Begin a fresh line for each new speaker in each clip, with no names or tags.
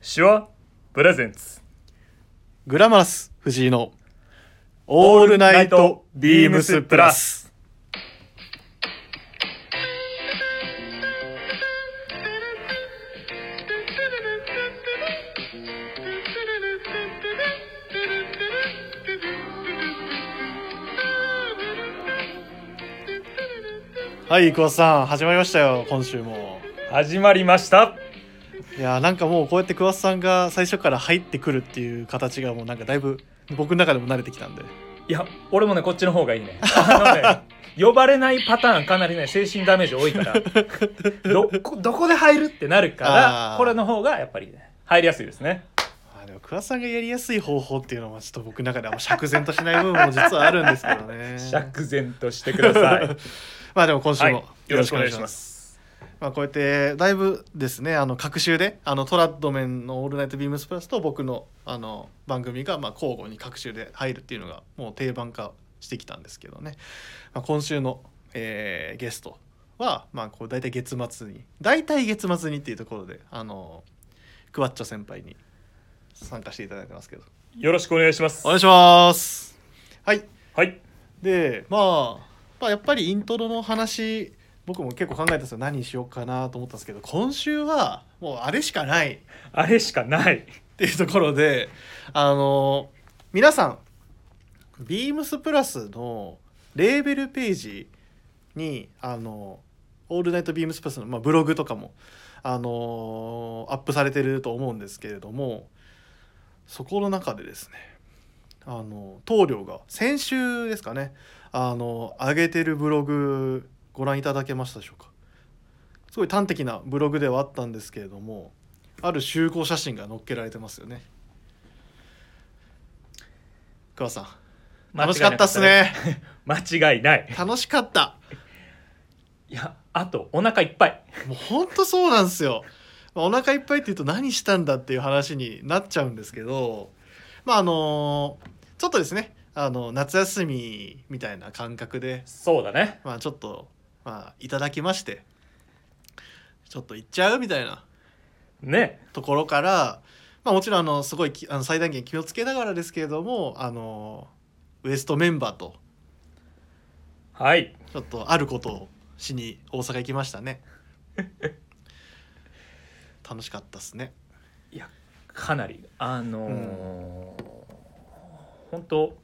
手話プレゼンツ
グラマラス藤井のオールナイトビームスプラス。はい、桑田さん、始まりましたよ、今週も。
始まりました
いやー、なんかもうこうやって桑田さんが最初から入ってくるっていう形がもうなんかだいぶ僕の中でも慣れてきたんで。
いや俺もねこっちの方がいいね あのね呼ばれないパターンかなりね精神ダメージ多いから どこどこで入るってなるから
あー
これの方がやっぱり、ね、入りやすいですね
まあでも桑田さんがやりやすい方法っていうのはちょっと僕の中ではあんま釈然としない部分も実はあるんですけど ね。
釈然としてくださ い
まあでも今週
はい
も
よろしくお願いしま。す
まあ、こうやってだいぶですねあの各週であのトラッドメンの「オールナイトビームスプラス」と僕のあの番組がまあ交互に各週で入るっていうのがもう定番化してきたんですけどね、まあ、今週の、えーゲストは、まあ、こう大体月末に大体月末にっていうところであのクワッチョ先輩に参加していただいてますけど
よろしくお願いします
お願いしますはい
はい
で、まあ、まあやっぱりイントロの話僕も結構考えたんですよ何にしようかなと思ったんですけど今週はもうあれしかないっ
あれしか ない
ていうところであの皆さんビームスプラスのレーベルページにあのオールナイトビームスプラスの、まあ、ブログとかもあのアップされてると思うんですけれどもそこの中でですねあの棟梁が先週ですかねあの上げてるブログご覧いただけましたでしょうかすごい端的なブログではあったんですけれどもある集合写真が載っけられてますよね桑田さん楽しかったっすね
間違いない
楽しかった
いやあとお腹いっぱい
もうほんとそうなんですよ。まあ、お腹いっぱいって言うと何したんだっていう話になっちゃうんですけど、まああのちょっとですね、あの夏休みみたいな感覚で、
そうだね
まあちょっとまあいただきまして、ちょっと行っちゃうみたいな
ね
ところから、まあもちろんあのすごいきあの最大限気をつけながらですけれども、あのウエストメンバーと
はい
ちょっとあることをしに大阪行きましたね。 楽しかったですね。
かなりあのー本当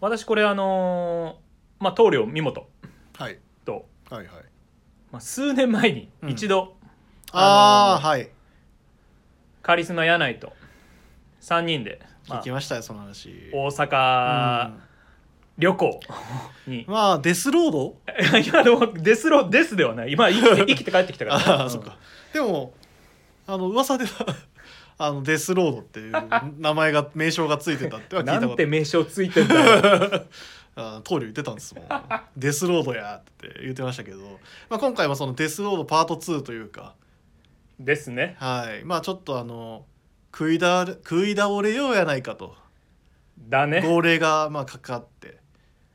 私これあのーまあ棟梁見元
はい。
と、
はいはい。
まあ、数年前に
うん
一度、
あ
あ
あ、はい。
カリスの柳井と3人で、ま
聞
あ
き、ましたよ、その話。
大
う
阪
ん
旅行 に、
まあ、デスロード
いやでもデスロデスではない今生 きて生きて帰ってきたから
あ
う
あ、
ん
そっか。でも、あの、噂では、 あの、デスロードっていう名前が、名称がついてたっては聞いた
な
こと
んて名称ついてん だよ
あ棟梁言ってたんですもん デスロードやって言ってましたけど、まあ、今回はそのデスロードパート2というか
ですね
はいまあちょっとあの食いだ食い倒れようやないかと
だね
号令がまあかかって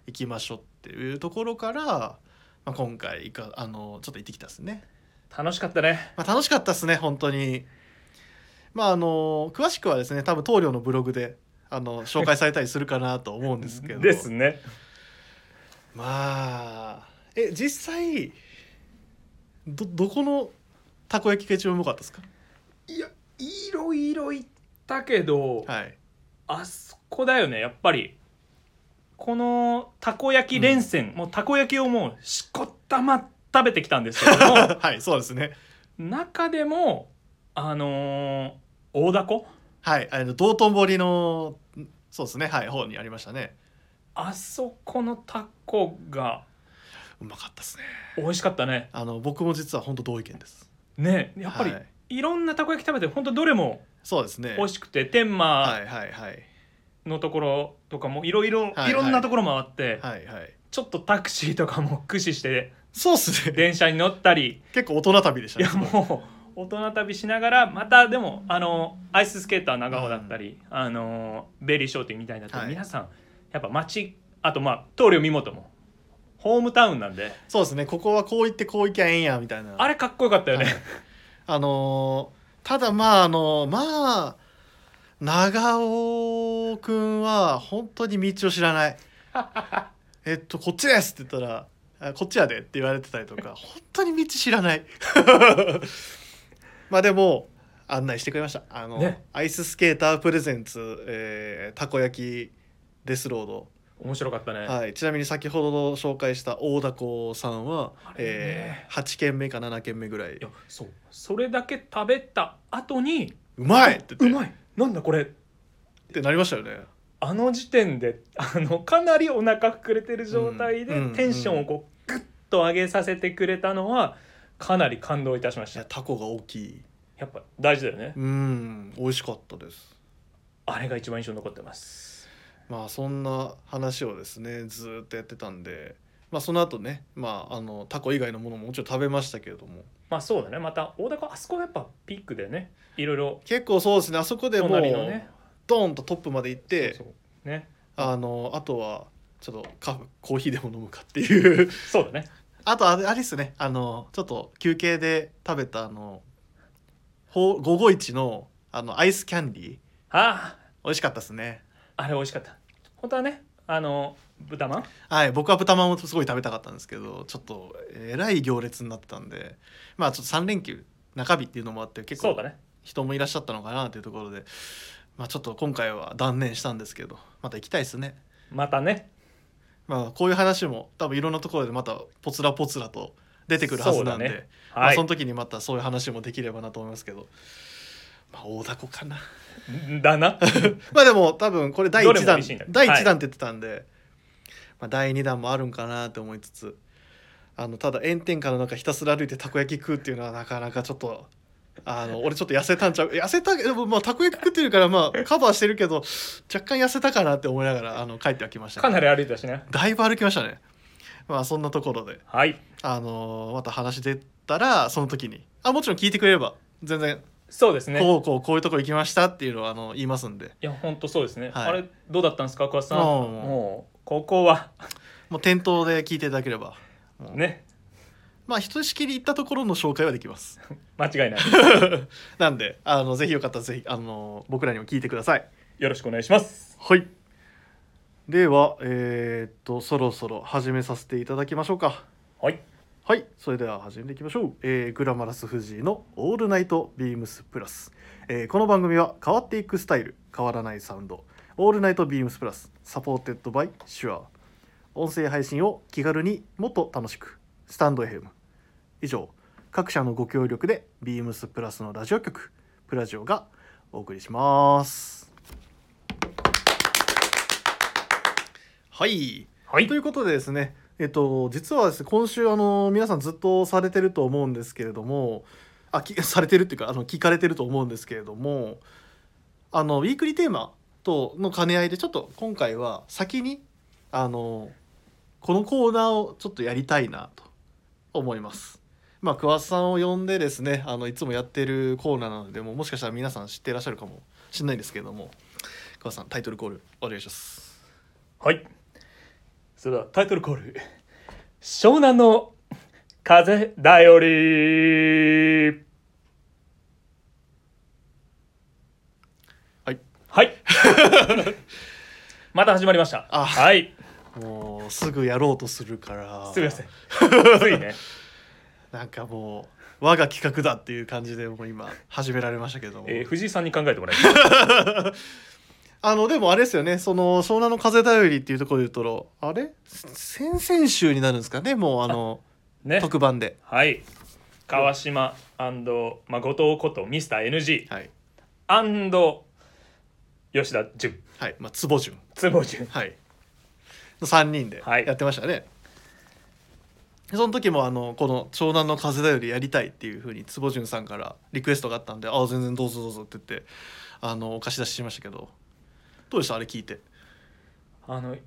行きましょうっていうところから、まあ、今回いかあのちょっと行ってきたですね、
楽しかったね
まあ、楽しかったですね本当にまああの詳しくはですね多分棟梁のブログであの紹介されたりするかなと思うんですけ ど
ですね
まあえ実際どどこのたこ焼きが一番うまかったですか
いやいろいろ言ったけど、
はい
あそこだよねやっぱりこのたこ焼き連戦、もうたこ焼きをもうしこったま食べてきたんですけど も
はいそうですね
中でもあのー大凧
はいあの道頓堀のそうですねはい方にありましたね
あそこのたこが
うまかったですね
美味しかったね
あの僕も実は本当同意見です。
ねやっぱり、
はいい、
ろんなたこ焼き食べて本当どれも
そうですね。
美味しくて天
は
満
いはいはい
のところとかもいろいろ
はい
いろんなところ回って、
はいはい。
ちょっとタクシーとかも駆使して
そうっすね。
電車に乗ったり
結構大人旅でした
い
ね。
やもう大人旅しながらまたでもあのアイススケーター長尾だったり、あのベリーショーティーみたいなと、
はい
皆さんやっぱ街あとまあ棟梁見元もホームタウンなんで
そうですね。ここはこう行ってこう行きゃええんやみたいな。
あれかっこよかったよね、
はいあのーただまああのまあ長尾くんは本当に道を知 らない「えっとこっちです」って言ったらあ「こっちやで」って言われてたりとか本当に道知らない まあでも案内してくれましたあの、
ね
アイススケータープレゼンツ、えーたこ焼きデスロード
面白かったね、
はい、ちなみに先ほど紹介した大凧さんは、
あれね
えー、8軒目か7軒目ぐらい
いやそうそれだけ食べた後に
「うまい!」って
う
言って
まいなんだこれ
ってなりましたよね。
あの時点であのかなりお腹膨れてる状態
うん
で
うん
テンションをこうグッと上げさせてくれたのはかなり感動いたしまし
い
た
やタコが大きい
やっぱ大事だよね
うん美味しかったです
あれが一番印象に残ってます
まあそんな話をですねずーっとやってたんでまあその後ねまああのタコ以外のものももちろん食べましたけれども
まあそうだねまた大高あそこがやっぱピークでねいろいろ
結構そうですねあそこでもう、
隣のね
ドーンとトップまで行って
そうそうね
あのあとはちょっとカフェコーヒーでも飲むかっていう
そうだね
あとあれあれですねあのちょっと休憩で食べたあのほう午後一のあのアイスキャンディー
あ
美味しかったですね
ああれ美味しかった本当はねあの豚まん
はい、僕は豚まんをすごい食べたかったんですけどちょっとえらい行列になってたんでまあちょっと3連休中日っていうのもあって結
そう
構
だね
人もいらっしゃったのかなというところで、まあ、ちょっと今回は断念したんですけどまた行きたいですね。
またね
まあ、こういう話も多分いろんなところでまたポツラポツラと出てくるはずなんで
そう
そ,、
だね
ま
は
あ、
い、
その時にまたそういう話もできればなと思いますけど、まあ、大凧かな
だな
まあでも多分これ第
どれ
1
も美
弾
味しいんだけど
第一弾って言ってたんで、まあ、第2弾もあるんかなって思いつつあのただ炎天下の中ひたすら歩いてたこ焼き食うっていうのはなかなかちょっとあの俺ちょっと痩せたんちゃう痩せたけど、まあ、たこ焼き食ってるからまあカバーしてるけど若干痩せたかなって思いながらあの帰ってはきました
か
ね、
なり歩いたしね
だいぶ歩きましたねまあそんなところで
はい
あのまた話出たらその時にあもちろん聞いてくれれば全然
そうですね
こうこうこういうとこ行きましたっていうのはあの言いますんで
いや本当そうですね、
はい
あれどうだったんですか桑田さん
ああ
もうここは
もう店頭で聞いていただければ
ね
まあひとしきり行ったところの紹介はできます
間違いない
なんであのぜひよかったらぜひあの僕らにも聞いてください
よろしくお願いします
はいではえーっとそろそろ始めさせていただきましょうか
はい
はい、それでは始めていきましょう。えーグラマラス藤井のオールナイトビームスプラス。えーこの番組は変わっていくスタイル、変わらないサウンド。オールナイトビームスプラス、サポーテッドバイシュア。音声配信を気軽にもっと楽しく。スタンド FM。以上、各社のご協力でビームスプラスのラジオ局、プラジオがお送りします。はい。
は
ということでですね、えっと、実はですね今週あの皆さんずっとされてると思うんですけれどもあき されてるっていうかあの聞かれてると思うんですけれどもあのウィークリーテーマとの兼ね合いでちょっと今回は先にあのこのコーナーをちょっとやりたいなと思います。まあ、桑田さんを呼んでですねあのいつもやってるコーナーなのでもうもしかしたら皆さん知ってらっしゃるかもしれないんですけれども桑田さんタイトルコールお願いします。
はいそれではタイトルコール「湘南の風だより」
はい
はい また始まりました
あ
はい
もうすぐやろうとするから
すみませんついね
なんかもう我が企画だっていう感じでもう今始められましたけども、
えー藤井さんに考えてもらいます
あのでもあれですよねその湘南の風だよりっていうところで言うとあれ先々週になるんですかねもうあの
ね
特番で
はい川島まあ後藤ことミスター NG
はい
アンド吉田純
はいまあ坪潤
坪純
はいの3人で
はい
やってましたね、その時もあのこの「湘南の風だよりやりたい」っていうふうに坪潤さんからリクエストがあったんで「ああ全然どうぞどうぞ」って言ってあのお貸し出ししましたけどどうでしたあれ聞いて
あのや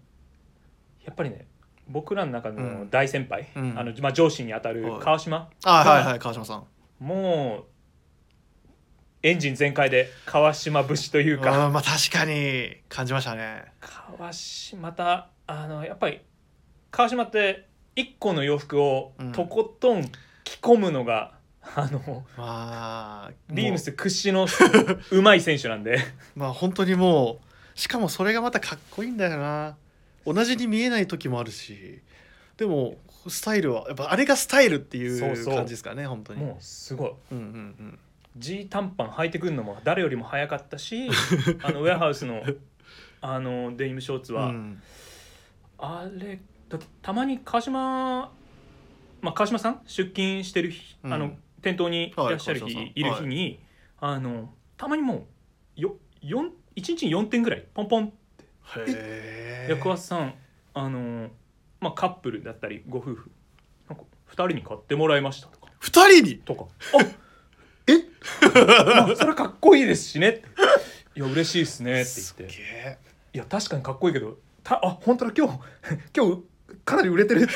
っぱりね僕らの中
う
の
ん
大先輩、
うん
あのまあ、上司にあたる
はい
川島
あ
が
はいはい川島さん
もうエンジン全開で川島節というか
うんまあ確かに感じましたね
川島またあのやっぱり川島って一個の洋服をとことん着込むのが、あの
まあ
ビーム
も
ス屈指の うまい選手なんで
うまあ本当にもうしかもそれがまたかっこいいんだよな同じに見えない時もあるしでもスタイルはやっぱあれがスタイルってい
そう
う
そう
感じですからね本当に
もうすごい
うんうん
G 短パン履いてくるのも誰よりも早かったしあのウェアハウスのあのデニムショーツ
うんう
は、
ん
あれだってたまに川島、まあ、川島さん出勤してる日、
うん
あの店頭にいらっしゃる日、
はい川島さん
い、る日に、あのたまにもうよ1日に4点ぐらいポンポン
へえ
役割さんあの、まあ、カップルだったりご夫婦なんか2人に買ってもらいましたとか
二人に
とかあえ まあそれかっこいいですしねっていや嬉しいですねって言って
すげえ
いや確かにかっこいいけどたあ本当だ今日 今日かなり売れて るって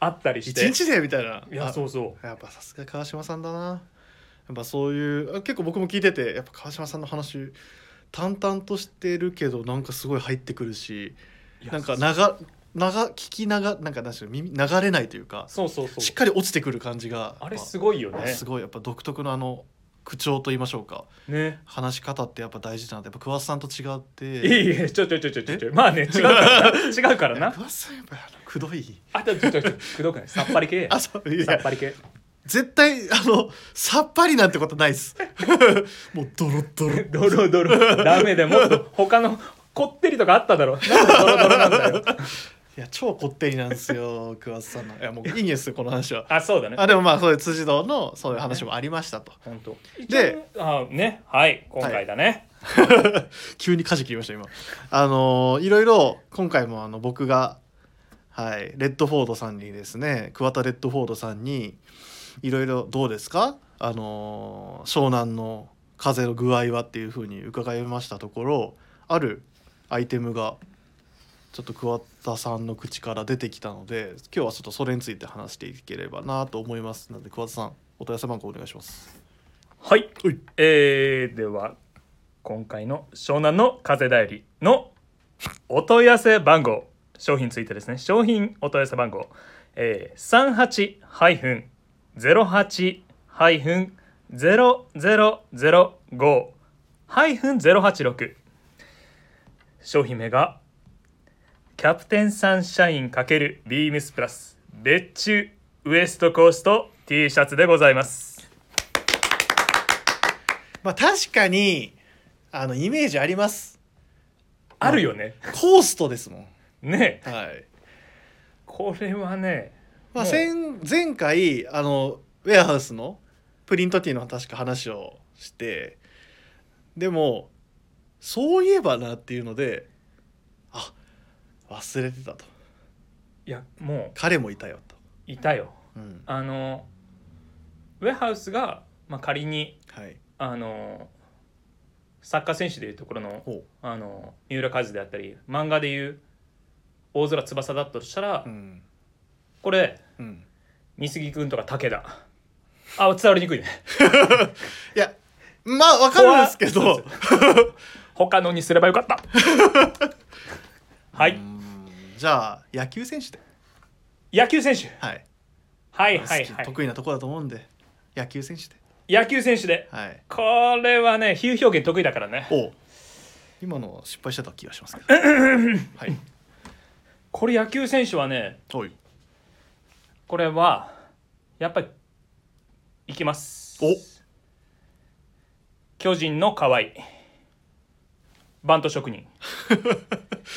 あったりし
一
て
日でみたいない
やそうそ
やっぱさすが川島さんだなやっぱそういうあ結構僕も聞いててやっぱ川島さんの話淡々としてるけどなんかすごい入ってくるし
ういや
なんかなが聞きながなんかなんていうの耳流れないというか
そうそうそう
しっかり落ちてくる感じが
あれ
やっぱ
すごいよね
すごいやっぱ独特のあの口調と言いましょうか
ね
話し方ってやっぱ大事なんでやっぱ桑田さんと違っ
い
て
いえちょちょちょちょちょちょまあね違う からな違うからな
桑田さんやっぱあのくどい
あちょちょちょちょくどくないさっぱり系
あそういや
さっぱり系
絶対あのさっぱりなんてことないです もうドロッドロ
ドロドロダメでもっと他のこってりとかあっただろなんでドロドロなんだよ
いや超こってりなんですよ桑田さんのいやもういいんですよこの 話は
あそうだね
あでもまあそういう辻堂のそういう話もありましたと
本当
で
あねはい今回だね、
急に舵切りました今あのーいろいろ今回もあの僕がはいレッドフォードさんにですね桑田レッドフォードさんにいろいろどうですかあのー湘南の風の具合はっていうふうに伺いましたところあるアイテムがちょっと桑田さんの口から出てきたので今日はちょっとそれについて話していければなと思いますので桑田さんお問い合わせ番号お願いします。
はい
はい
えー、では今回の湘南の風だよりのお問い合わせ番号商品についてですね商品お問い合わせ番号、えー、38-08-0005-086商品名がキャプテンサンシャイン×ビームスプラス別注ウエストコースト T シャツでございます。
まあ確かにあのイメージあります
あるよね。
コーストですもん。
ね
はい。
これはね
まあ、
もう
前前回あのウェアハウスのプリントティーの確か話をしてでもそういえばなっていうのであ忘れてたと
いやも
彼もいたよと、
ういたよ
うん
あのウェハウスが、まあ、仮に
はい、
あのサッカー選手でいうところの
ほ
あの三浦和であったり漫画でいう大空翼だとしたら、
ううん
これ
うん、
美杉君とか武田あ伝わりにくいね
いやまあわかるんですけど
他のにすればよかったは
う
い
ん じゃあ野球選手で、
野球選手
はい
はいはい
好
は
き
い
得意なとこだと思うんで野球選手で、
野球選手で
はい、
これはね比喩表現得意だからね
お今のは失敗してた気がし ますけどはい
これ野球選手はね
おい
これはやっぱりいきます
お
巨人の河合バント職 人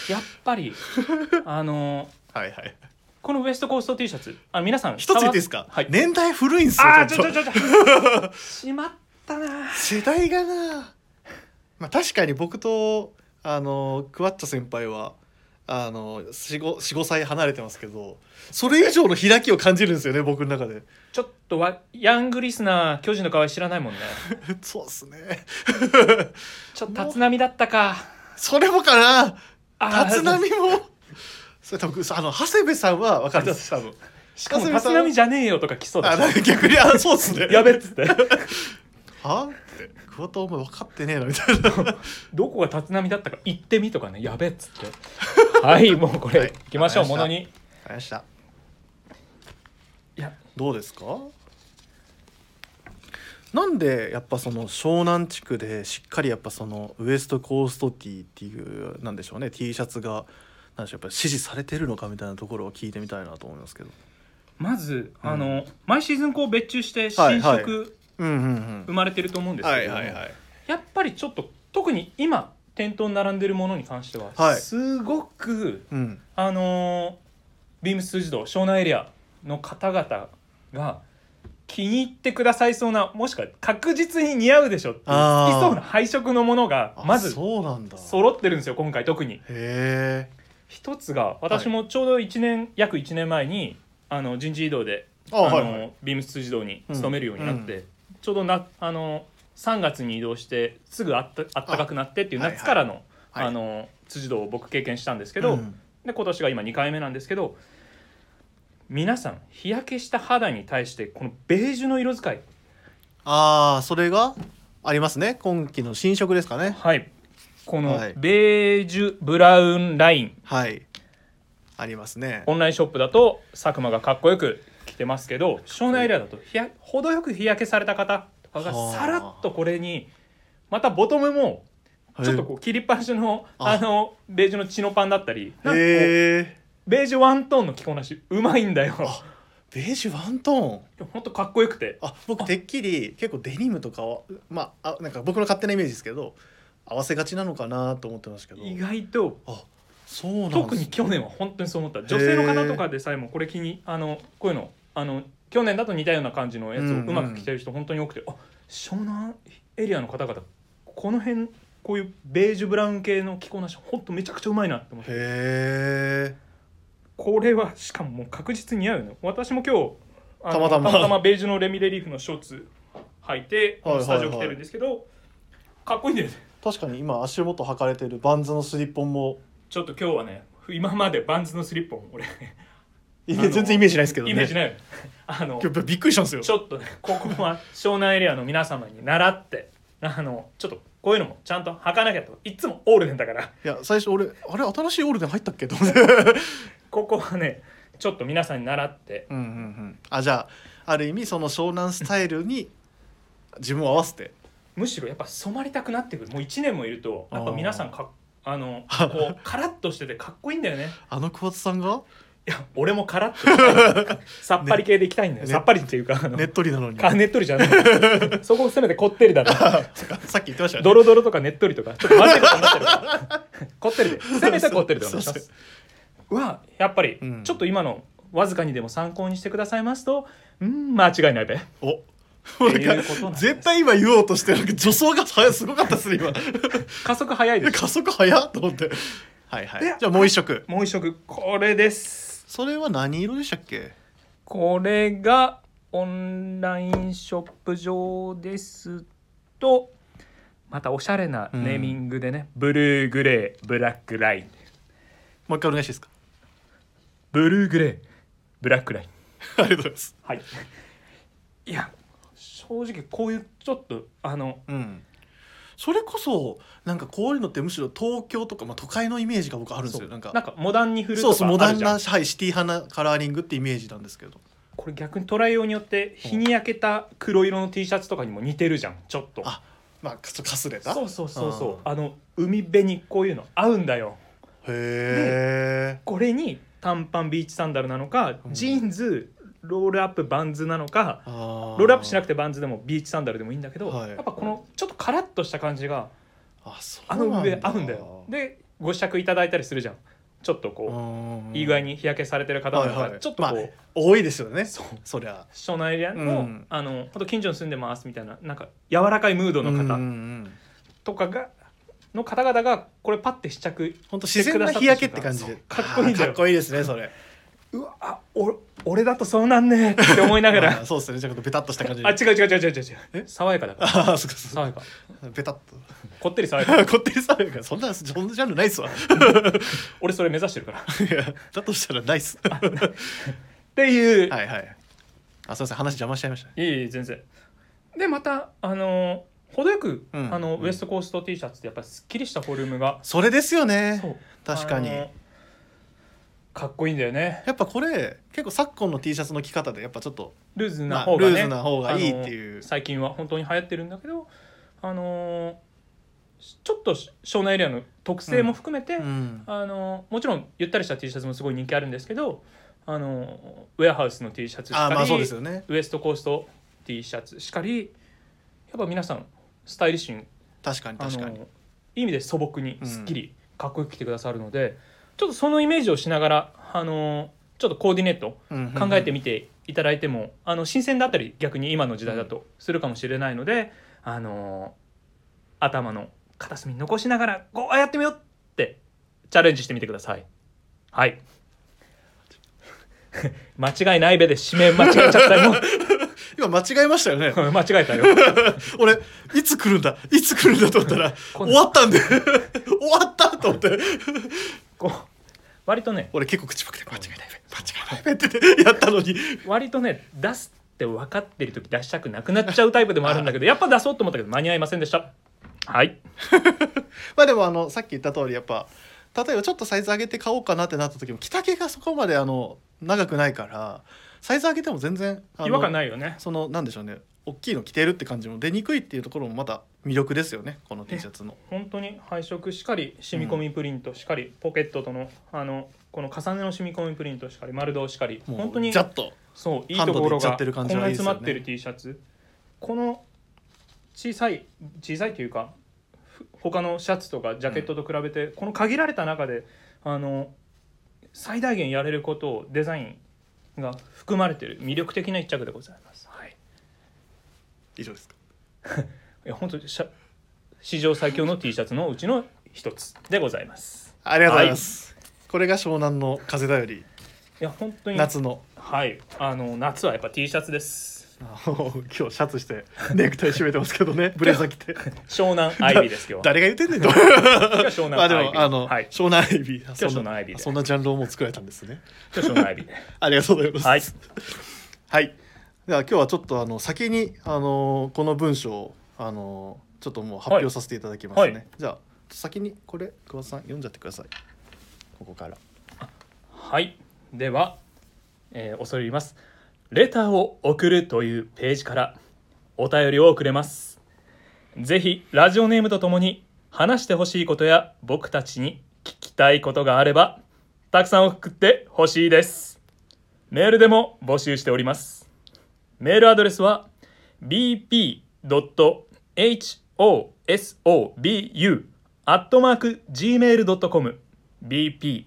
やっぱりあの
はいはい
このウエストコースト T シャツあ皆さん
一つ言っていい
で
ですか、
はい、
年代古いんですよ
あー
ち
ち
ょ
ょ
っと
ちょちょちょしまったな
世代がなまあ確かに僕とあのクワッチャ先輩はあの45歳離れてますけどそれ以上の開きを感じるんですよね僕の中で
ちょっとわヤングリスナー巨人の河合知らないもんね
そうっすね
ちょっと立浪だったか
それもかな
あー
立浪もそれ多分あの長谷部さんは分かるんです多分
しかも
立浪さ
立
ん
浪じゃねえよとか来そう
あ
だし
なんか逆にあそうっすね
やべっつって
はって桑田お前分かってねえな みたいな
どこが立浪だったか行ってみとかねやべっつってはいもうこ
はい
れ行きましょう
わ
も
か
の
り
に
あやした
いや
どうですかなんでやっぱその湘南地区でしっかりやっぱそのウエストコーストティーっていうなんでしょうね T シャツがなんでしょうやっぱ支持されてるのかみたいなところを聞いてみたいなと思いますけど
まず
うん
あの、毎シーズンこう別注して
はい
新
はい
色
うんうん
生まれてると思うんですけど、
い
やっぱりちょっと特に今店頭に並んでるものに関しては、
はい
すごく
うん
あのービームス通じ道湘南エリアの方々が気に入ってくださいそうなもしくは確実に似合うでしょっていう
あー
好きそうな配色のものが
あ
まず
そうなんだへ
揃ってるんですよ今回特に。
え
一つが私もちょうど1年、約1年前にあの人事異動で
あ
あの、
はいはい
ビームス通じ道に勤めるようになって、
う
ちょうどなあの3月に移動してすぐあったあったかくなってっていう
あはいはい
夏からの,、
はい
あの辻堂を僕経験したんですけど、
うん
で今年が今2回目なんですけど皆さん日焼けした肌に対してこのベージュの色使い
ああそれがありますね今期の新色ですかね
はいこの
はい
ベージュブラウンライン
はいありますね
オンラインショップだと佐久間がかっこよく着てますけど湘南エリアだと日焼程よく日焼けされた方とかが
はあ
さらっとこれにまたボトムもちょっとこう切りっぱなしの
あ
あのベージュのチノパンだったりなんかこう
へえ
ベージュワントーンの着こなしうまいんだよ
あベージュワントーン
ほんとかっこよくて
あ僕てっきり結構デニムとかはまああなんか僕の勝手なイメージですけど合わせがちなのかなと思ってますけど
意外と
あそうなんです
特に去年は本当にそう思った女性の方とかでさえもこれ気にあのこういうのあの去年だと似たような感じのやつ
う
を
んうん
うまく着てる人本当に多くて、あ湘南エリアの方々この辺こういうベージュブラウン系の着こなし本当めちゃくちゃうまいなって思って
へえ
これはしかももう確実に似合うよね私も今日あの
たまたま
ベージュのレミレリーフのショーツ履いて
はいはいはい
スタジオ来てるんですけど、かっこいいんだよね
確かに今足元履かれてるバンズのスリッポンも
ちょっと今日はね今までバンズのスリッポン俺
い
あの
や全然イメージないですけどね
イメージないよねあの
やっぱびっくりしたんですよ
ちょっとねここは湘南エリアの皆様に習ってあのちょっとこういうのもちゃんと履かなきゃといつもオールデンだから
いや最初俺あれ新しいオールデン入ったっけと思って
ここはねちょっと皆さんに習って
うんうんうんあじゃあある意味その湘南スタイルに自分を合わせて
むしろやっぱ染まりたくなってくるもう1年もいるとやっぱ皆さんかっあのこうカラッとしててかっこいいんだよね
あの桑田さんが
いや俺もカラッとしたいさっぱり系でいきたいんだよ、
ね
さっぱりっていうかあの
ねっとりなのに
かねっとりじゃないそこをせめてこってりだな
さっき言ってました よね
ドロドロとかねっとりとかちょっと混ぜて混ぜてるから こってりでせめてこってりでお願いしま
そう
すはやっぱり
うん
ちょっと今のわずかにでも参考にしてくださいますとうん間違いないべ
お
っていうことなんです
絶対今言おうとしてるけど助走が早すごかったですね今
加速早い です
加速早っと思ってはいはい
で
じゃあもう一色
もう一色これです
それは何色でしたっけ
これがオンラインショップ上ですとまたおしゃれなネーミングでね、ブルーグレーブラックライン
もう一回お願いしていいですか
ブルーグレーブラックライン
ありがとうございます
はい。いや、正直こういうちょっとあの
うんそれこそなんかこういうのってむしろ東京とか、まあ、都会のイメージが僕あるんですよなんか
なんかモダンに振ると
そう
か
そうモダ
あ
ン
るじゃ。
なんはいシティ派なカラーリングってイメージなんですけど
これ逆に捉えようによって日に焼けた黒色の T シャツとかにも似てるじゃん。ちょっと。
あまあちょっとかすれた
そうそうそうそう。
あ
あの海辺にこういうの合うんだよ。
へえ
これに短パンビーチサンダルなのか、
うん
ジーンズロールアップバンズなのか。
ロ
ロールアップしなく
て
てバンズでもビーチサンダルでもいいんだけど、
はい
やっぱこのちょっとカラッとした感じが
あそう
あ
な
の
んだ
上合うんだよ。でご試着いただいたりするじゃん。ちょっとこう、
うん
いい具合に日焼けされてる方なん
はい
か
はい
ちょっとこう、
まあ多いですよね
そう
そりゃ
湘南エリアの,、
うん
あのほんと近所に住んでますみたいななんか柔らかいムードの
うんうんう
方
ん
とかが、の方々がこれパッて試着
本当自然な日焼けって感じで
そうかっこいいんだよ
あーかっこいいですねそれ
うわあお俺だとそうなんねえって思いなが
あ
ら
ーそうですねちょっとベタっとした感じで
あ違う違う違う違う違う違
え
う爽やかだから
ああそうかそう
爽やか
かベタっと
こってり爽やか
こってりされるからそんなそんなジャンルないっすわ い
俺それ目指してるからっ
やだとしたらないっすは
ていう、
いはいあすいません話邪魔しちゃいましたね
い、いいい全然でまたあの程よく、
うん
あの
うん
ウエストコースト T シャツってやっぱりすっきりしたフォルムが
それですよ
そ
ね
う
確かに
あのかっこいいんだよね
やっぱこれ結構昨今の T シャツの着方でやっぱちょっと
ルーズな
まあ
方がね、
ルーズな方がいいっていう
あの最近は本当に流行ってるんだけどあのーちょっと湘南エリアの特性も含めて、
うん
あのもちろんゆったりした T シャツもすごい人気あるんですけどあのウェアハウスの T シャツしか
あー
り
まあそうですよね
ウエストコースト T シャツしかりやっぱ皆さんスタイリッシュに
確かに
あの
確かに
いい意味で素朴に
うん
すっきりかっこよく着てくださるので、ちょっとそのイメージをしながらあのちょっとコーディネート考えて
み
みていただいても、あの新鮮だったり逆に今の時代だとするかもしれないので、あの頭の片隅に残しながらこうやってみようってチャレンジしてみてくださいはい 間違いないべで締め間違えちゃったよも
今間違えましたよね
う間違えたよ
俺いつ来るんだいつ来るんだと思ったら
今
終
度
わったんで 終わったと思って
こう割とね
俺結構口パクで間違いないべ間違いないべってやったのに
割とね出すって分かってる時出したくなくなっちゃうタイプでもあるんだけどやっぱ出そうと思ったけど間に合いませんでしたはい
まあでもあのさっき言った通りやっぱ例えばちょっとサイズ上げて買おうかなってなった時も着丈がそこまであの長くないからサイズ上げても全然あの
違和感ないよね
そのなんでしょうね大きいの着てるって感じも出にくいっていうところもまた魅力ですよねこの T シャツの。
本当に配色しかり染み込みプリントしかり、ポケットとのあのこの重ねの染み込みプリントしかり丸胴しかり
もう
本当に
ジャッと
そういい
ハン
と
ドで
こ
い
ろ
っちゃ
が
ってる
こん
感
な
じはいい
に
です
詰
よね
まってる T シャツこの小さい小さいというかふ他のシャツとかジャケットと比べて、この限られた中であの最大限やれることをデザインが含まれてる魅力的な一着でございます。はい、
以上ですか。
いや本当にしゃ史上最強の T シャツのうちの一つでございます。
ありがとうございます。これが湘南の風だより
いや本当に
夏の
はいあの夏はやっぱ T シャツです
あの 今日シャツしてネクタイ締めてますけどねブレザー着て
湘南 アイビーです今日は
誰が言ってんねんと
今日は湘
まあ
南アイ
で
ビ
も
ー
あの、
はい
湘南アイビー
今日湘南アイビーで
そんなジャンルをもう作られたんですね
今日は湘南アイビーで
ありがとうございます
はい
はい。では今日はちょっとあの先にあのこの文章をあのちょっともう発表させていただきますね。
はい
じゃあ先にこれ久保さん読んじゃってください。ここから。
はいでは、えー恐れ入りますレターを送るというページからお便りをくれますぜひラジオネームとともに話してほしいことや僕たちに聞きたいことがあればたくさん送ってほしいですメールでも募集しておりますメールアドレスは bp.hosobu.gmail.com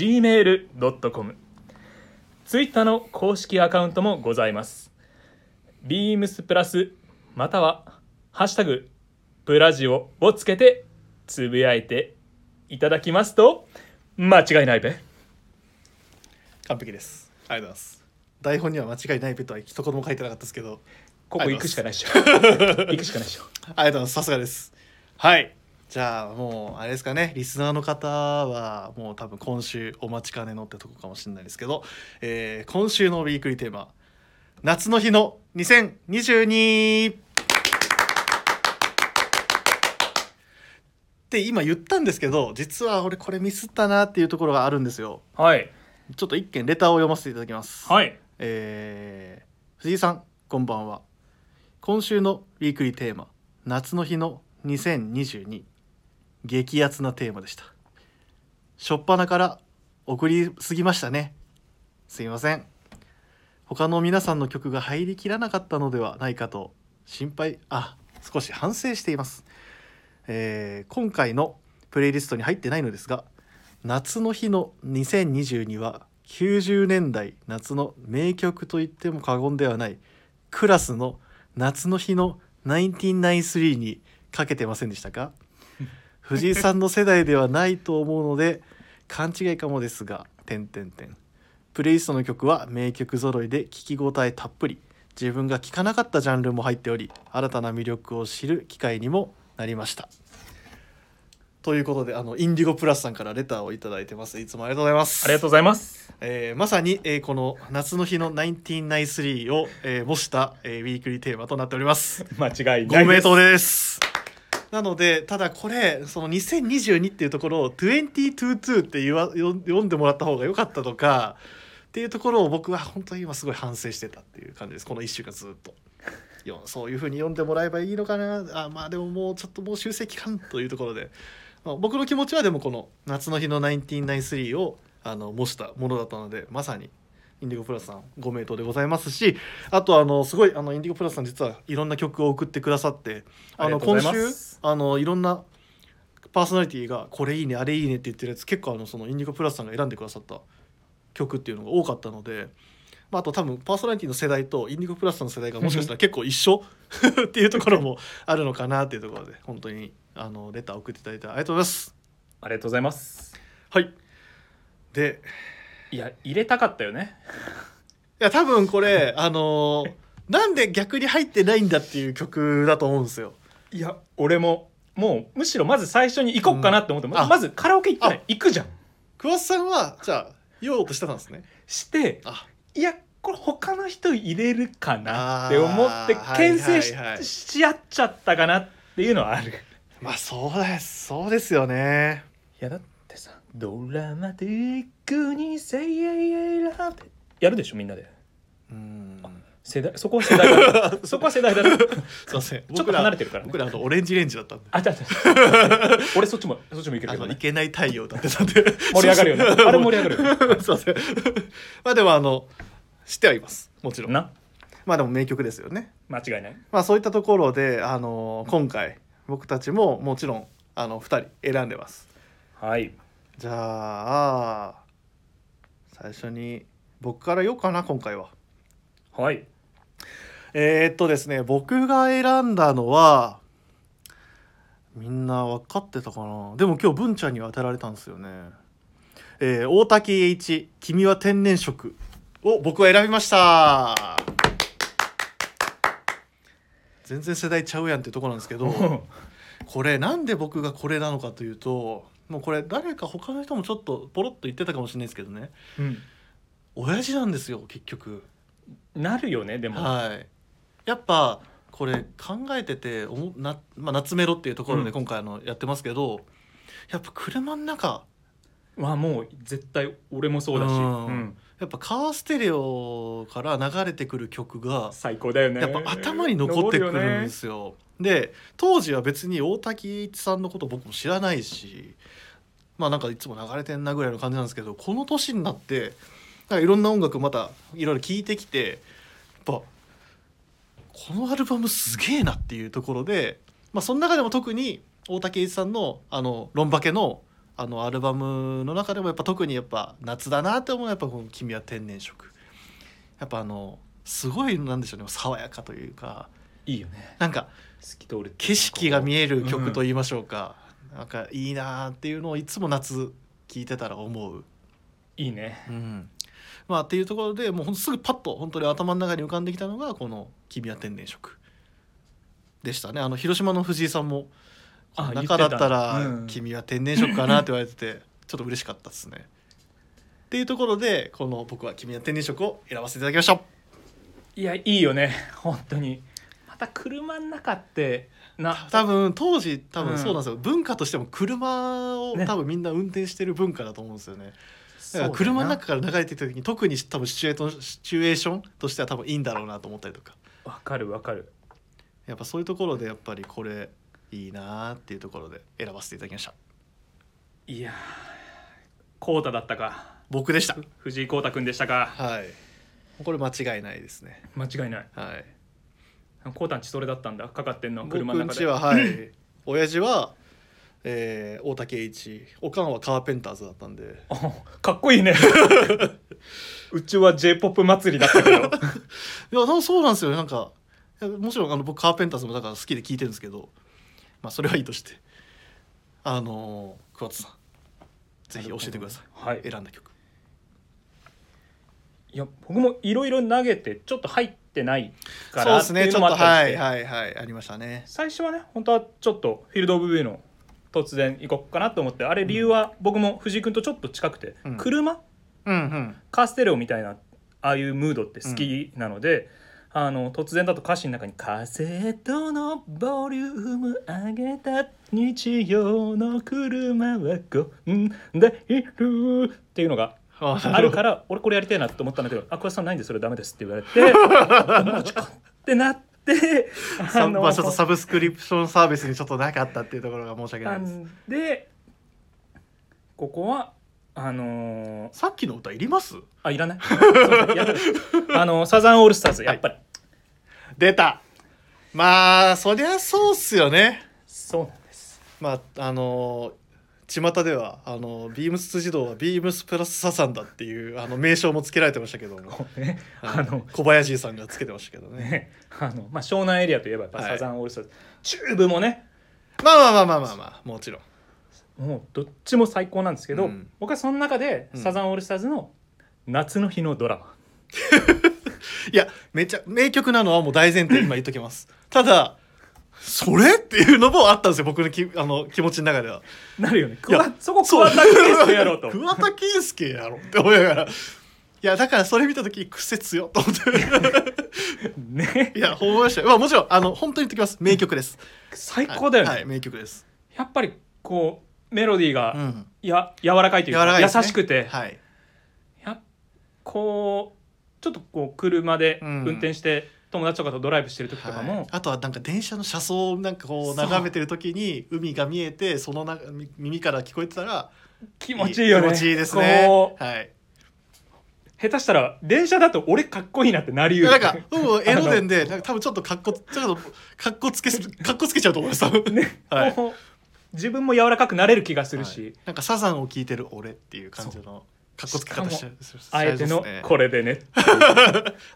bp.hosobu.gmail.com ツイッターの公式アカウントもございます。beams プラスまたはハッシュタグプラジオをつけてつぶやいていただきますと間違いないべ。
完璧です。ありがとうございます。台本には間違いないべとは一言も書いてなかったですけど、
ここ行くしかないでしょ。行くしかないでしょ。
ありがとうございます。さすがです。はい。じゃあもうあれですかねリスナーの方はもう多分今週お待ちかねのってとこかもしれないですけど、えー今週のウィークリーテーマ「夏の日の2022」って今言ったんですけど実は俺これミスったなっていうところがあるんですよ
はい。
ちょっと一件レターを読ませていただきます
はい。
えー藤井さんこんばんは今週のウィークリーテーマ「夏の日の2022」激アツなテーマでした初っ端から送りすぎましたねすいません他の皆さんの曲が入りきらなかったのではないかと心配あ少し反省しています、えー今回のプレイリストに入ってないのですが夏の日の2022は90年代夏の名曲と言っても過言ではないクラスの夏の日の1993にかけてませんでした か藤井さんの世代ではないと思うので勘違いかもですが点点点プレイリストの曲は名曲揃いで聴き応えたっぷり自分が聴かなかったジャンルも入っており新たな魅力を知る機会にもなりましたということであのインディゴプラスさんからレターをいただいてますいつもありがとうございます
ありがとうございます。
えーまさに、えーこの夏の日の1993を、えー模した、えーウィークリーテーマとなっております。
間違い
ご
ない
名
です。
答です。なのでただこれその2022っていうところを2022って言わよ読んでもらった方が良かったとかっていうところを僕は本当に今すごい反省してたっていう感じですこの1週間ずっと。よそういうふうに読んでもらえばいいのかなあまあでももうちょっともう修正期間というところで、まあ、僕の気持ちはでもこの「夏の日の1993」をあの模したものだったのでまさにインディゴプラスさんご名答でございますしあとあのすごいあのインディゴプラスさん実はいろんな曲を送ってくださってあの
ありがとうご
今
ざい
週
ます
あのいろんなパーソナリティがこれいいねあれいいねって言ってるやつ結構あのそのインディゴプラスさんが選んでくださった曲っていうのが多かったので、まあ、あと多分パーソナリティの世代とインディゴプラスさんの世代がもしかしたら結構一緒 っていうところもあるのかなっていうところで本当にあのレター送っていただいてありがとうございます。
ありがとうございます
はいで
いや入れたかったよね
いや多分 これあのーなんで逆に入ってないんだっていう曲だと思うんですよ。
いや俺ももうむしろまず最初に行こうかなって思って、
うん
ま
あ
まずカラオケ行ったら
あ
行くじゃん
桑田さんはじゃあ言おうとしてたんですね。
して
あ
いやこれ他の人入れるかなって思って
あー
牽制し,、
はいはいはい
し合っちゃったかなっていうのはあるい
まあそうですそうですよね。
やだってさドラマティックに「せいやいやいら」ってやるでしょみんなで
うん
世代そこは世代だ なそこは世代だな
すいません
ょっと離れてるからね
僕ら僕らあのオレンジレンジだった んで。
あちゃちゃ俺そっちもそっちもいける
あ
けど
の
ね
いけない太陽だってたんで
盛り上がるよね
そうそう
あれ盛り上がるよ
すいませんまあでもあの知ってはいますもちろん
な
まあでも名曲ですよね
間違いない
まあそういったところであの今回僕たちももちろんあの2人選んでます
はい
じゃあ最初に僕から言おうかな今回は
はい
えー、っとですね僕が選んだのはみんな分かってたかなでも今日文ちゃんには当てられたんですよね、えー大滝栄一「君は天然色」を僕は選びました全然世代ちゃうやんっていうところなんで すけどこれなんで僕がこれなのかというともうこれ誰か他の人もちょっとポロッと言ってたかもしれないですけどね
うん
親父なんですよ結局。
なるよねでも、
はい、やっぱこれ考えてておもな、まあ、夏メロっていうところ
う
で
ん
今回あのやってますけど、やっぱ車の中
まあもう絶対俺もそうだし、
うん
うん
やっぱカーステレオから流れてくる曲が
最高だよね
やっぱ頭に残ってくるんですよ。で当時は別に大滝栄一さんのこと僕も知らないしまあなんかいつも流れてんなぐらいの感じなんですけどこの年になってなんかいろんな音楽またいろいろ聴いてきてやっぱこのアルバムすげえなっていうところで、まあ、その中でも特に大竹栄一さんの「あのロンバケの」あのアルバムの中でもやっぱ特にやっぱ夏だなって思うのはやっぱこの「君は天然色」やっぱあのすごいなんでしょうね爽やかというか
いいよね
なんか
透き通る
景色が見える曲と
い
言いましょうか、なんかいいなーっていうのをいつも夏聴いてたら思う。
いいね
うんまあ、っていうところでもうほんとすぐパッと本当に頭の中に浮かんできたのがこの「君は天然色」でしたねあの広島の藤井さんも「
あ
中だ
言っ
った
てた
ら
うん
君は天然色かな」って言われててちょっと嬉しかったですね。っていうところでこの僕は「君は天然色」を選ばせていただきました。
いやいいよね 本当にまた車の中ってな
多分当時多
うん
分そうなんですよ、文化としても車を
ね
多分みんな運転してる文化だと思うんですよねだ
そうだ
から
よな
車の中から流れてきた時に特に多分シチュエーションシチュエーションとしては多分いいんだろうなと思ったりとか
わかるわかる
やっぱそういうところでやっぱりこれいいなーっていうところで選ばせていただきました
いやー浩太だったか
僕でした
藤井浩太くんでしたか
はいこれ間違いないですね
間違いない
はい
浩太んちそれだったんだかかってんの車
僕
の
ん
中
ち
で
ははい親父は、えー、大竹栄一おかんはカーペンターズだったんで
お かっこいいねうちは j p o p 祭りだ ったけど
いやそうそうなんですよなんかいやもちろんあの僕カーペンターズもだから好きで聞いてるんですけどまあそれはいいとしてあのー、桑田さんぜひ教えてください
はい
選んだ曲
いや僕もいろいろ投げてちょっと入ってないか
そう
らっ
で
て
す
い
ね
う
ち
のも
ょっ
あ
と
ったりし
は
て
いはいはいありましたね
最初はね本当はちょっとフィールド・オブ・ビューの突然行こうかなと思ってあれ理由は僕も藤井君とちょっと近くて、
うん
車
うんうん
カーステレオみたいなああいうムードって好きなので、あの突然だと歌詞の中に「カセットのボリューム上げた日曜の車はこんでいる」っていうのが
あ
あるからら俺これやりたいなと思ったんだけど「あこれさんないんでそれダメです」って言われて「お持ちか」ってなって
さまあちょっとサブスクリプションサービスにちょっとなかったっていうところが申し訳
な
ないです
んでここはあのー
さっきの歌いります
あいらないすいませんやったあのーサザンオールスターズやっぱり、
出たまあそりゃそうっすよね
そうなんです
まああの巷ではあのビームス児童はビームスプラスサザンだっていうあの名称も付けられてましたけども、
こうね
は
あ
い
の
小林さんがつけてましたけどね
ねあのまあ湘南エリアといえばやっぱ
はい
サザンオールスターズ、チューブもね
まあまあまあまあまあまあもちろん
もうどっちも最高なんですけど、
うん
僕はその中で
うん
サザンオールスターズの夏の日のドラマ、
いやめちゃ名曲なのはもう大前提今言っときますただそれっていうのもあったんですよ僕のきあの気持ちの中では
なるよね
いや
桑そこ桑田佳祐やろうと
桑田佳祐やろうって思いながらいやだからそれ見た時癖強っと 思って
ね
いや思いましたよまあもちろんあの本当に言ってきます名曲です
最高だよね、
はい、はい名曲です
やっぱりこうメロディーが、
うん
や柔らかいという
柔ら
か
かいですね
優しくて、
はい
やこうちょっとこう車で
う
運
ん
転して、友達とかとドライブしてる時とかも、
はいあとはなんか電車の車窓をなんかこう眺めてる時に海が見えてそのな耳から聞こえてたら
気持ちいいよね
気持ちいいですね
こう
はい
下手したら電車だと俺かっこいいなってなりうる
なんかうんエロ伝でなんか多分ちょっとかっこちょっとかっこつけすかっこつけちゃうと思います多分
ね
はい
こう自分も柔らかくなれる気がするし、
なんかサザンを聴いてる俺っていう感じのかっこつけ方しちゃう
あえての「
れ
これで ね」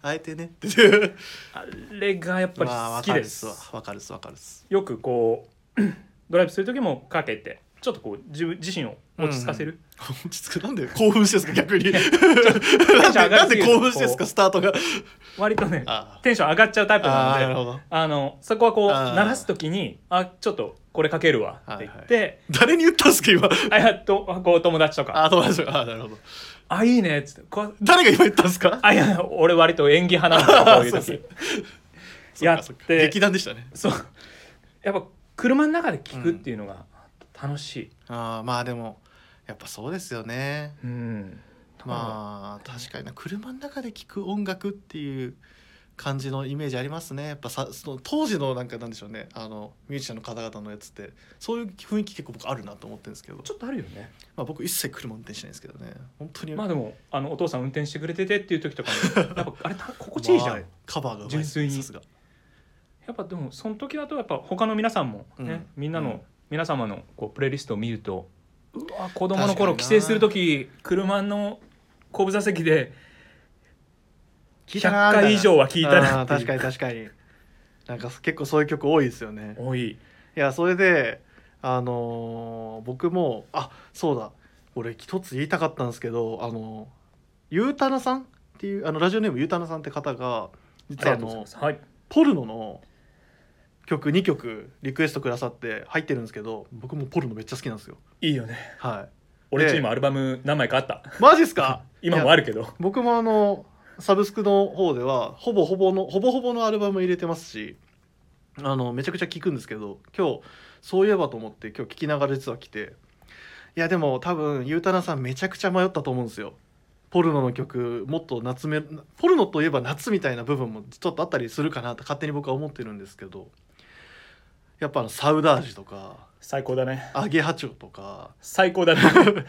あえてねっていう
あれがやっぱり
まあわ
好き
かるっ
です
すわわかるっすわかるっす
よくこう ドライブする時もかけてちょっとこう自分自身を落ち着かせる、
落ち着くなんで興奮してるんですか逆に
ョン上
なん
が
でな
り
ん
すぎ
で
る
興奮してるんですかスタートが
割とね
あ
テンション上がっちゃうタイプな
あーなる
ので
ほど
あのそこはこう
あー
鳴らす時に「あちょっとこれかけるわ」って言って、
誰に言ったんですか今
あやっとこう友達とか
あ友達があなるほど
「あいいね」っつってこう
誰が今言ったんですか
あいや俺割と演技派なんだよこういう
そ
時
う
や
そか
っ
そか
て
劇団でしたね
そう やっぱ車の中で聞くっていうのが楽しい、
あーまあでもやっぱそうですよね
うん、
まあ確かにな車の中で聴く音楽っていう感じのイメージありますねやっぱさその当時のなんかなんでしょうねあのミュージシャンの方々のやつってそういう雰囲気結構僕あるなと思ってるんですけど、
ちょっとあるよね
まあ、僕一切車運転しないんですけどね本当に
まあでもあのお父さん運転してくれててっていう時とかも やっぱあれた心地いいじゃん
まあ
や
カバーがうまい
純粋に
さすが
っぱでもその時だとやっぱ他の皆さんもね、
うん
みんなの、
うん
皆様のこうプレイリストを見るとうわ子供
確か
の
に
頃
な
帰省する時車の後部座席で
聞いたな
100
ーみたいな
回以上は聞いたな
あー
っていう
確かに確かになんか結構そういう曲多いですよね
多い
いやそれであのー僕もあそうだ俺一つ言いたかったんですけどあのゆうたなさんっていうあのラジオネームゆうたなさんって方が実はあ
ありがとうござい
の
ますはい
ポルノの曲2曲リクエストくださって入ってるんですけど僕もポルノめっちゃ好きなんですよ
いいよね
は
俺チームアルバム何枚かあった
いマジっすか
今もあ
る
るけど
僕もあのサブスクの方ではほぼほぼのほぼほぼのアルバム入れてますしあのめちゃくちゃ聴くんですけど今日そういえばと思って今日聴きながら実は来ていやでも多分ゆうたなさんめちゃくちゃ迷ったと思うんですよポルノの曲もっと夏めポルノといえば夏みたいな部分もちょっとあったりするかなと勝手に僕は思ってるんですけどやっぱあのサウダージとか
最高だね
アゲハチョウとか
最高だね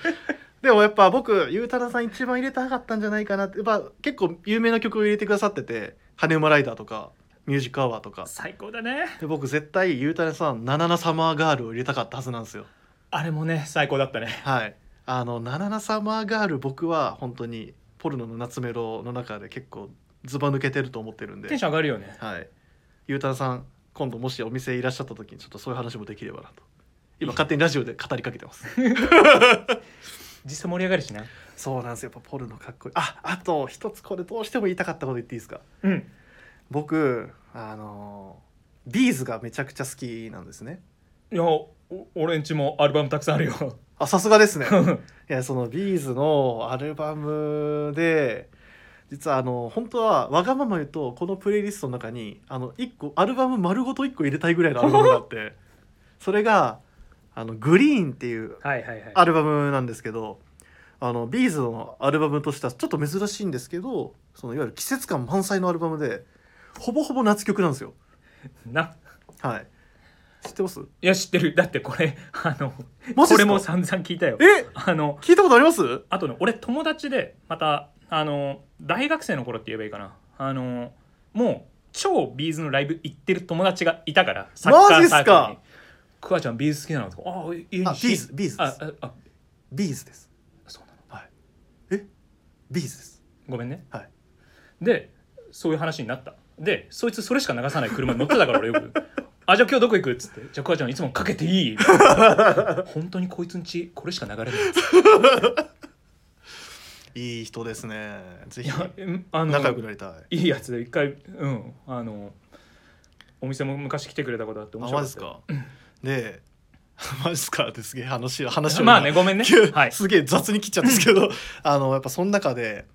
でもやっぱ僕ゆうたなさん一番入れたかったんじゃないかなってやっぱ結構有名な曲を入れてくださってて「羽馬ライダー」とか「ミュージックアワー」とか
最高だね
で僕絶対ゆうたなさん「ナナナサマーガール」を入れたかったはずなんですよ
あれもね最高だったね
はいあの「ナナナサマーガール」僕は本当にポルノの夏メロの中で結構ズバ抜けてると思ってるんで
テンション上がるよね
はいゆうたなさん今度もしお店いらっしゃった時にちょっとそういう話もできればなと今勝手にラジオで語りかけてます
実際盛り上がるしな
そうなんですよやっぱポルノかっこいいああと一つこれどうしても言いたかったこと言っていいですか
うん
僕あのビーズがめちゃくちゃ好きなんですね
いやお俺んちもアルバムたくさんあるよ
あさすがですね
うん
いやそのビーズのアルバムで実はあの本当はわがまま言うとこのプレイリストの中にあの一個アルバム丸ごと1個入れたいぐらいのアルバムがあってそれがあの「グリーンっていう
はいはいはい
アルバムなんですけどあのビーズのアルバムとしてはちょっと珍しいんですけどそのいわゆる季節感満載のアルバムでほぼほぼ夏曲なんですよ。
な
はい知ってます
いや知ってるだってこれあの
マジっすか
これも散々聞いたよ
え
あの
聞いたことあります
あとね俺友達でまたあの大学生の頃って言えばいいかなあのもう超ビーズのライブ行ってる友達がいたからサ
マジっすか
にクワちゃんビーズ好きなのとかああ家に
あビーズビーズで
あ
す
ああ
ビーズです
そうなの
はいえビーズです
ごめんね
はい
でそういう話になったでそいつそれしか流さない車に乗ってたから俺よく「あじゃあ今日どこ行く?」っつって「じゃあクワちゃんいつもかけてい い?」本当にこいつんちこれしか流れない
いい人ですねぜ
い
ひ
やうんあの
仲良くなりたい
いいやつで一回うんあのお店も昔来てくれたことあって
あ
面白
マ
か
ジ
っ
ったすかで マジっすかってすげえ話を話を
まあねごめんね
急
はい
すげえ雑に切っちゃったんですけどあのやっぱその中で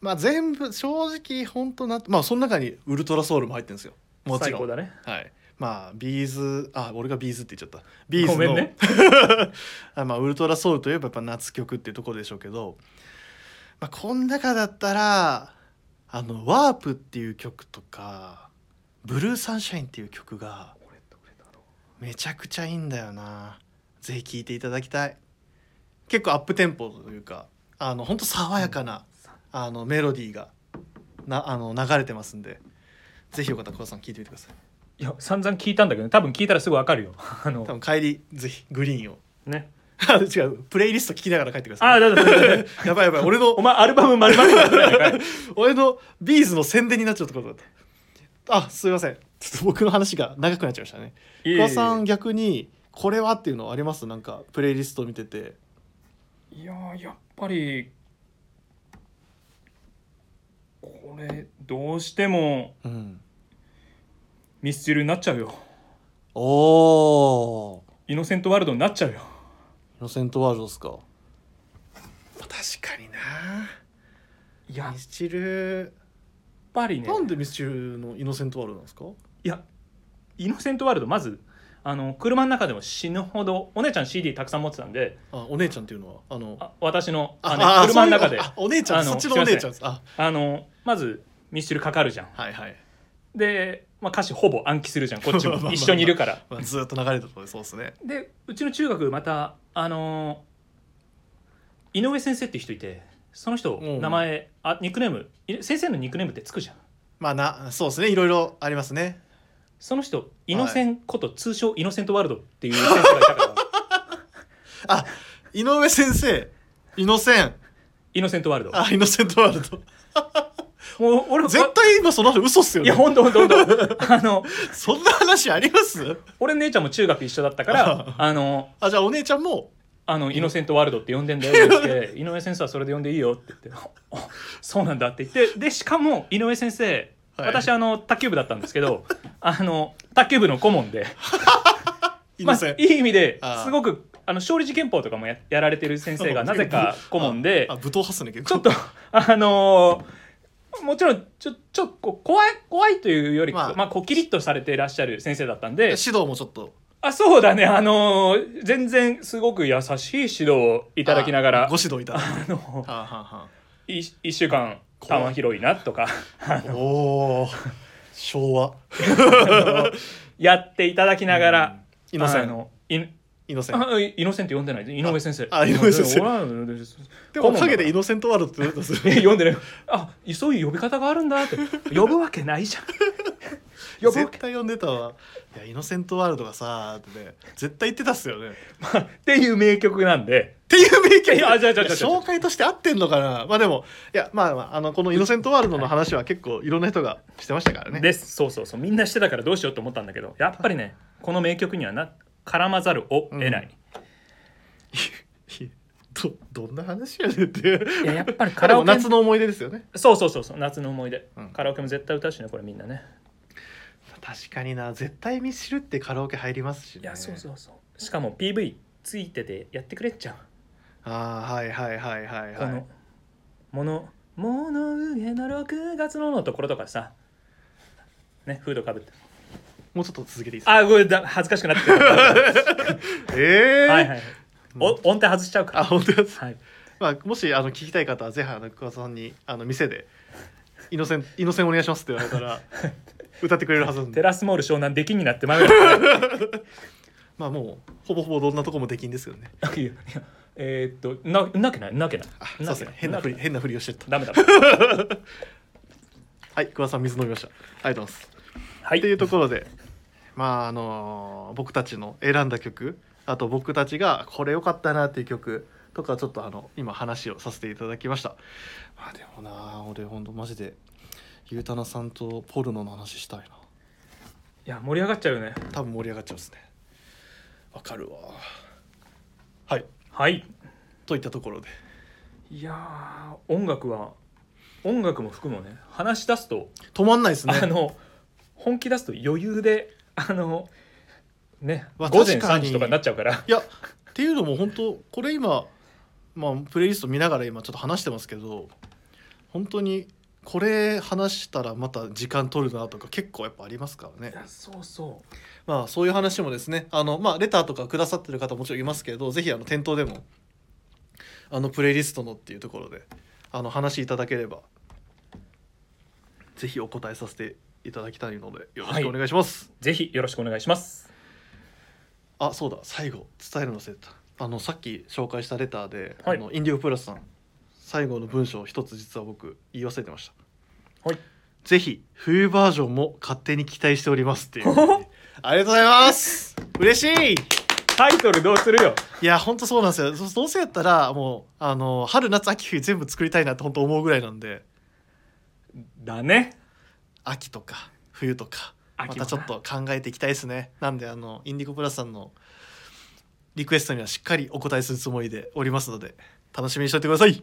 まあ全部正直本当なまあその中にウルトラソウルも入ってるんですよもち
最
ろ
高
ん、
だね
はいまあビーズあ俺がビーズって言っちゃったビーズの
ごめんね
あまあウルトラソウルといえばやっぱ夏曲っていうところでしょうけどまあこの中だったらあのワープっていう曲とかブルーサンシャインっていう曲がめちゃくちゃいいんだよなぜひ聴いていただきたい結構アップテンポというかあの本当爽やかな、あのメロディーがなあの流れてますんでぜひよかったら小田さん聴いてみてください
いや散々聞いたんだけど、多分聞いたらすぐわかるよあの
多分帰りぜひグリーンを
ね
あ違うプレイリスト聴きながら帰ってくださ
あ
い
あだだだだだ
やばいやばい俺の
お前アルバム丸々だったじゃないかい
俺のビーズの宣伝になっちゃったことだったあすいませんちょっと僕の話が長くなっち ゃいましたね
いえいえ
小田さん逆にこれはっていうのありますなんかプレイリスト見てて
いやーやっぱりこれどうしても
うん
ミスチルになっちゃうよ
おお
イノセントワールドになっちゃうよ
イノセントワールドですか確かにない
やや
ミスチル、
っぱりね
なんでミスチルのイノセントワールドなんですか
いやイノセントワールドまずあの車の中でも死ぬほどお姉ちゃん CD たくさん持ってたんで
あお姉ちゃんっていうのはあの
あ私のあの
ああ
車の中で
そういうことあお姉ちゃ
あ
ん
の
そっちのお姉ちゃんですあ
あのまずミスチルかかるじゃん
はいはい、
で、まあ、歌詞ほぼ暗記するじゃんこっち
まあまあま
も
あ
一緒にいるから
まあ、ずっと流れてるとこでそうですね
でうちの中学またあのー井上先生って人いてその人
うん
名前あニックネームい先生のニックネームってつくじゃん
まあなそうですねいろいろありますね
その人イノセンこと通称イノセントワールドっていう先生がいた から
あ井上先生イノセン
イノセントワールド
あイノセントワール ド
もう俺
絶対今その話嘘っすよ
いや
ね
本当本当本当あの
そんな話あります
俺の姉ちゃんも中学一緒だったから あの
あじゃあお姉ちゃんも
あのイノセントワールドって呼んでんだ よって言って井上先生はそれで呼んでいいよって言って あそうなんだって言ってでしかも井上先生、
はい
私あの卓球部だったんですけ どあの卓球部の顧問で、
イ
ま
ノ
あ、
セン
い、い意味で
あー
すごくあの勝利寺拳法とかもややられてる先 生がなぜか顧問で
あ武闘派っすね結構
ちょっとあのーもちろんちょちょっと怖い怖いというより
まあ
まあ、こうキリッとされていらっしゃる先生だったん で
指導もちょっと
あそうだねあのー全然すごく優しい指導をい
い
ただきながら
ご指導いた だ
あの
はあはい
一週間
怖い
弾広いなとか
あはあ、おお昭和
やっていただきながら、
イノセ
あ
ン
のい
イノセン
あいイノセント呼んでない井上先生
ああ井上先生
俺は俺は
でも
顧問だから
陰でイノセントワールドってなったんです
え
よ
呼んでないあそういう呼び方があるんだって呼ぶわけない じゃん呼ぶわ
絶
け、
対呼んでたわいやイノセントワールドがさーってね絶対言ってたっすよねっ
まあ、っていう名曲なんで
ていう名曲
いやあ違う違う違う違う
紹介として合ってんのかなまあでもいやまあまああのこのイノセントワールドの話は結構いろんな人がしてましたからね
ですそうそうそうみんなしてたからどうしようと思ったんだけどやっぱりねこの名曲にはな絡まざるを得ない、
どどんな話やねんって
いややっぱりカ
カラ
ラ
オ
オケ
夏の思い出ですよね
そうそうそうそう夏の思い出、
うん
カラオケも絶対歌うしねこれみんなね
確かにな絶対ミスチルってカラオケ入りますしね
いやそうそうそうしかも PV ついててやってくれっちゃう、
ああはいはいはいはい
こ
はい
のものもの上の6月ののところとかさねフードかぶって
もうちょっと続けていいですか
あごめんだ恥ずかしくなって くるは
ええ
いはいお音程外しちゃう
あ
か
本当です
はい
まあ、もしあの聞きたい方はぜひあの桑田さんにあの店 で「イノセンイノセンお願いします」って言われたら歌ってくれるはずなん
テ
で
ラスモール湘南出禁になってまうよ
まあもうほぼほぼどんなとこもできんですけどね
いやいやえーっとななわけないなわけない
あそう
な
で
わ
す
け
ね
い
変なふ
わ
り
けい
変なふりをしてた
ダ メだ
はい桑田さん水飲みましたありがとうございます
はい
っていうところでまああの僕たちの選んだ曲あと僕たちがこれ良かったなっていう曲とかちょっとあの今話をさせていただきましたまあでもな俺ほんとマジでゆうたなさんとポルノの話したいない
や盛り上がっちゃうよね
多分盛り上がっちゃうんですねわかるわはい
はい
といったところで
いやー音楽は音楽も服もね話し出すと
止まんないですね
あの本気出すと余裕であのね
まあ
午前
確か
3
に
時とかになっちゃうから
いやっていうのも本当これ今まあプレイリスト見ながら今ちょっと話してますけど本当にこれ話したらまた時間取るなとか結構やっぱありますからね
そうそう
まあそういう話もですねあのまあレターとかくださってる方もちろんいますけどぜひあの店頭でもあのプレイリストのっていうところであの話いただければぜひお答えさせていただきたいのでよろしくお願いします、
ぜひよろしくお願いします
あそうだ最後伝えるの忘れてたあのさっき紹介したレターで、
はい
あのインディオプラスさん最後の文章を一つ実は僕言い忘れてました
はい
ぜひ冬バージョンも勝手に期待しておりますっていう ありがとうございます嬉しい
タイトルどうするよ
いやほんとそうなんですよそどうせやったらもうあの春夏秋冬全部作りたいなって本当思うぐらいなんで
だね
秋とか冬とかま
秋もな
たちょっと考えていきたいですねなんであのインディゴプラスさんのリクエストにはしっかりお答えするつもりでおりますので楽しみにしておいてください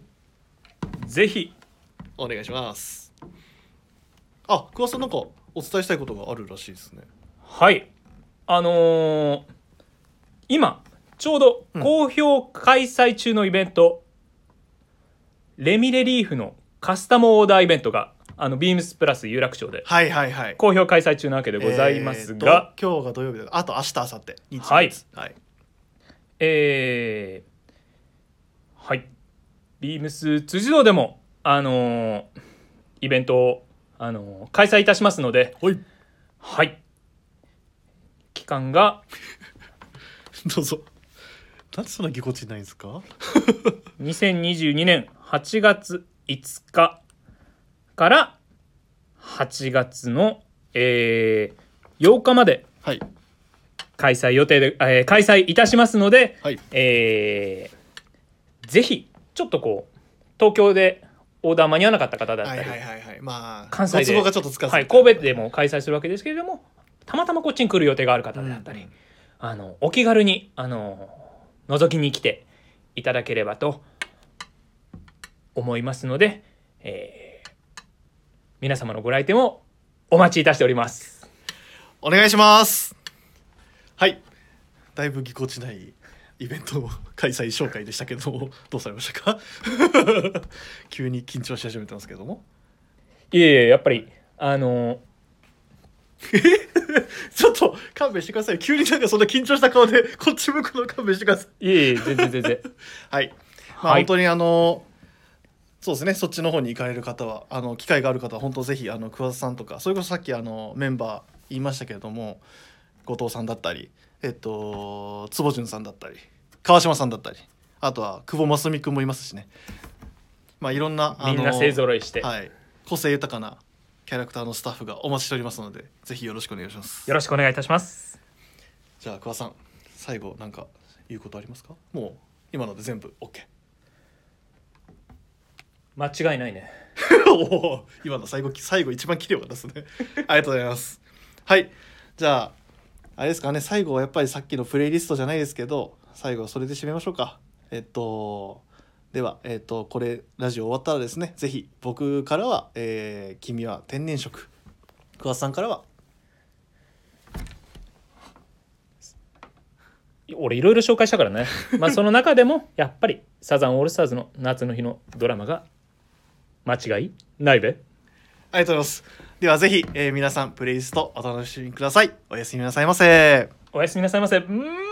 ぜひ
お願いしますあ桑田さんなんかお伝えしたいことがあるらしいですね
はいあのー今ちょうど
うん
好評開催中のイベント、レミレリーフのカスタムオーダーイベントがあのビームスプラス有楽町で
はいはいはい
好評開催中なわけでございますが、
えーと今日が土曜日だからあと明日明後日日曜日
はい
ですはい、
えーはい、ビームス辻堂でも、あのーイベントを、あのー開催いたしますので、
はい、
はい、期間が
どうぞなんでそんなぎこちないんですか
2022年8月5日から8月の、えー8日まで
はい
開催予定で、えー開催いたしますので、
はい
えーぜひちょっとこう東京でオーダー間に合わなかった方だった
はい
り、
はいはいはいまあ
関西で
ご都合がちょっとつかず、
はい、神戸でも開催するわけですけれどもたまたまこっちに来る予定がある方であったり、
うん
あのお気軽にあの覗きに来ていただければと思いますので、えー皆様のご来店をお待ちいたしております。
お願いしますはいだいぶぎこちないイベントの開催紹介でしたけども どうされましたか急に緊張し始めてますけども
いえいえやっぱりあの
ちょっと勘弁してください急になんかそんな緊張した顔でこっち向くの勘弁してください
いえいえ全然全然
はい、まあ、
はい
本当にあのそうですねそっちの方に行かれる方はあの機会がある方は本当ぜひあの桑田さんとかそれこそさっきあのメンバー言いましたけれども後藤さんだったりえっと坪潤さんだったり川島さんだったりあとは久保真澄君もいますしねまあいろんな あの
みんな勢ぞろいして、
はい、個性豊かなキャラクターのスタッフがお待ちしておりますのでぜひよろしくお願いします
よろしくお願いいたします。
じゃあ桑田さん最後なんか言うことありますかもう今ので全部 OK
間違いないね。
おお今の最後最後一番切れよかったです ねありがとうございますはいじゃああれですかね最後はやっぱりさっきのプレイリストじゃないですけど最後それで締めましょうかえっとでは、えっと、これラジオ終わったらですねぜひ僕からは、えー君は天然色」桑田さんからは
俺いろいろ紹介したからね まあその中でもやっぱりサザンオールスターズの夏の日のドラマが間違いないべ
ありがとうございます。ではぜひ、えー皆さんプレイリストお楽しみください。おやすみなさいませ。
おやすみなさいませ。うーん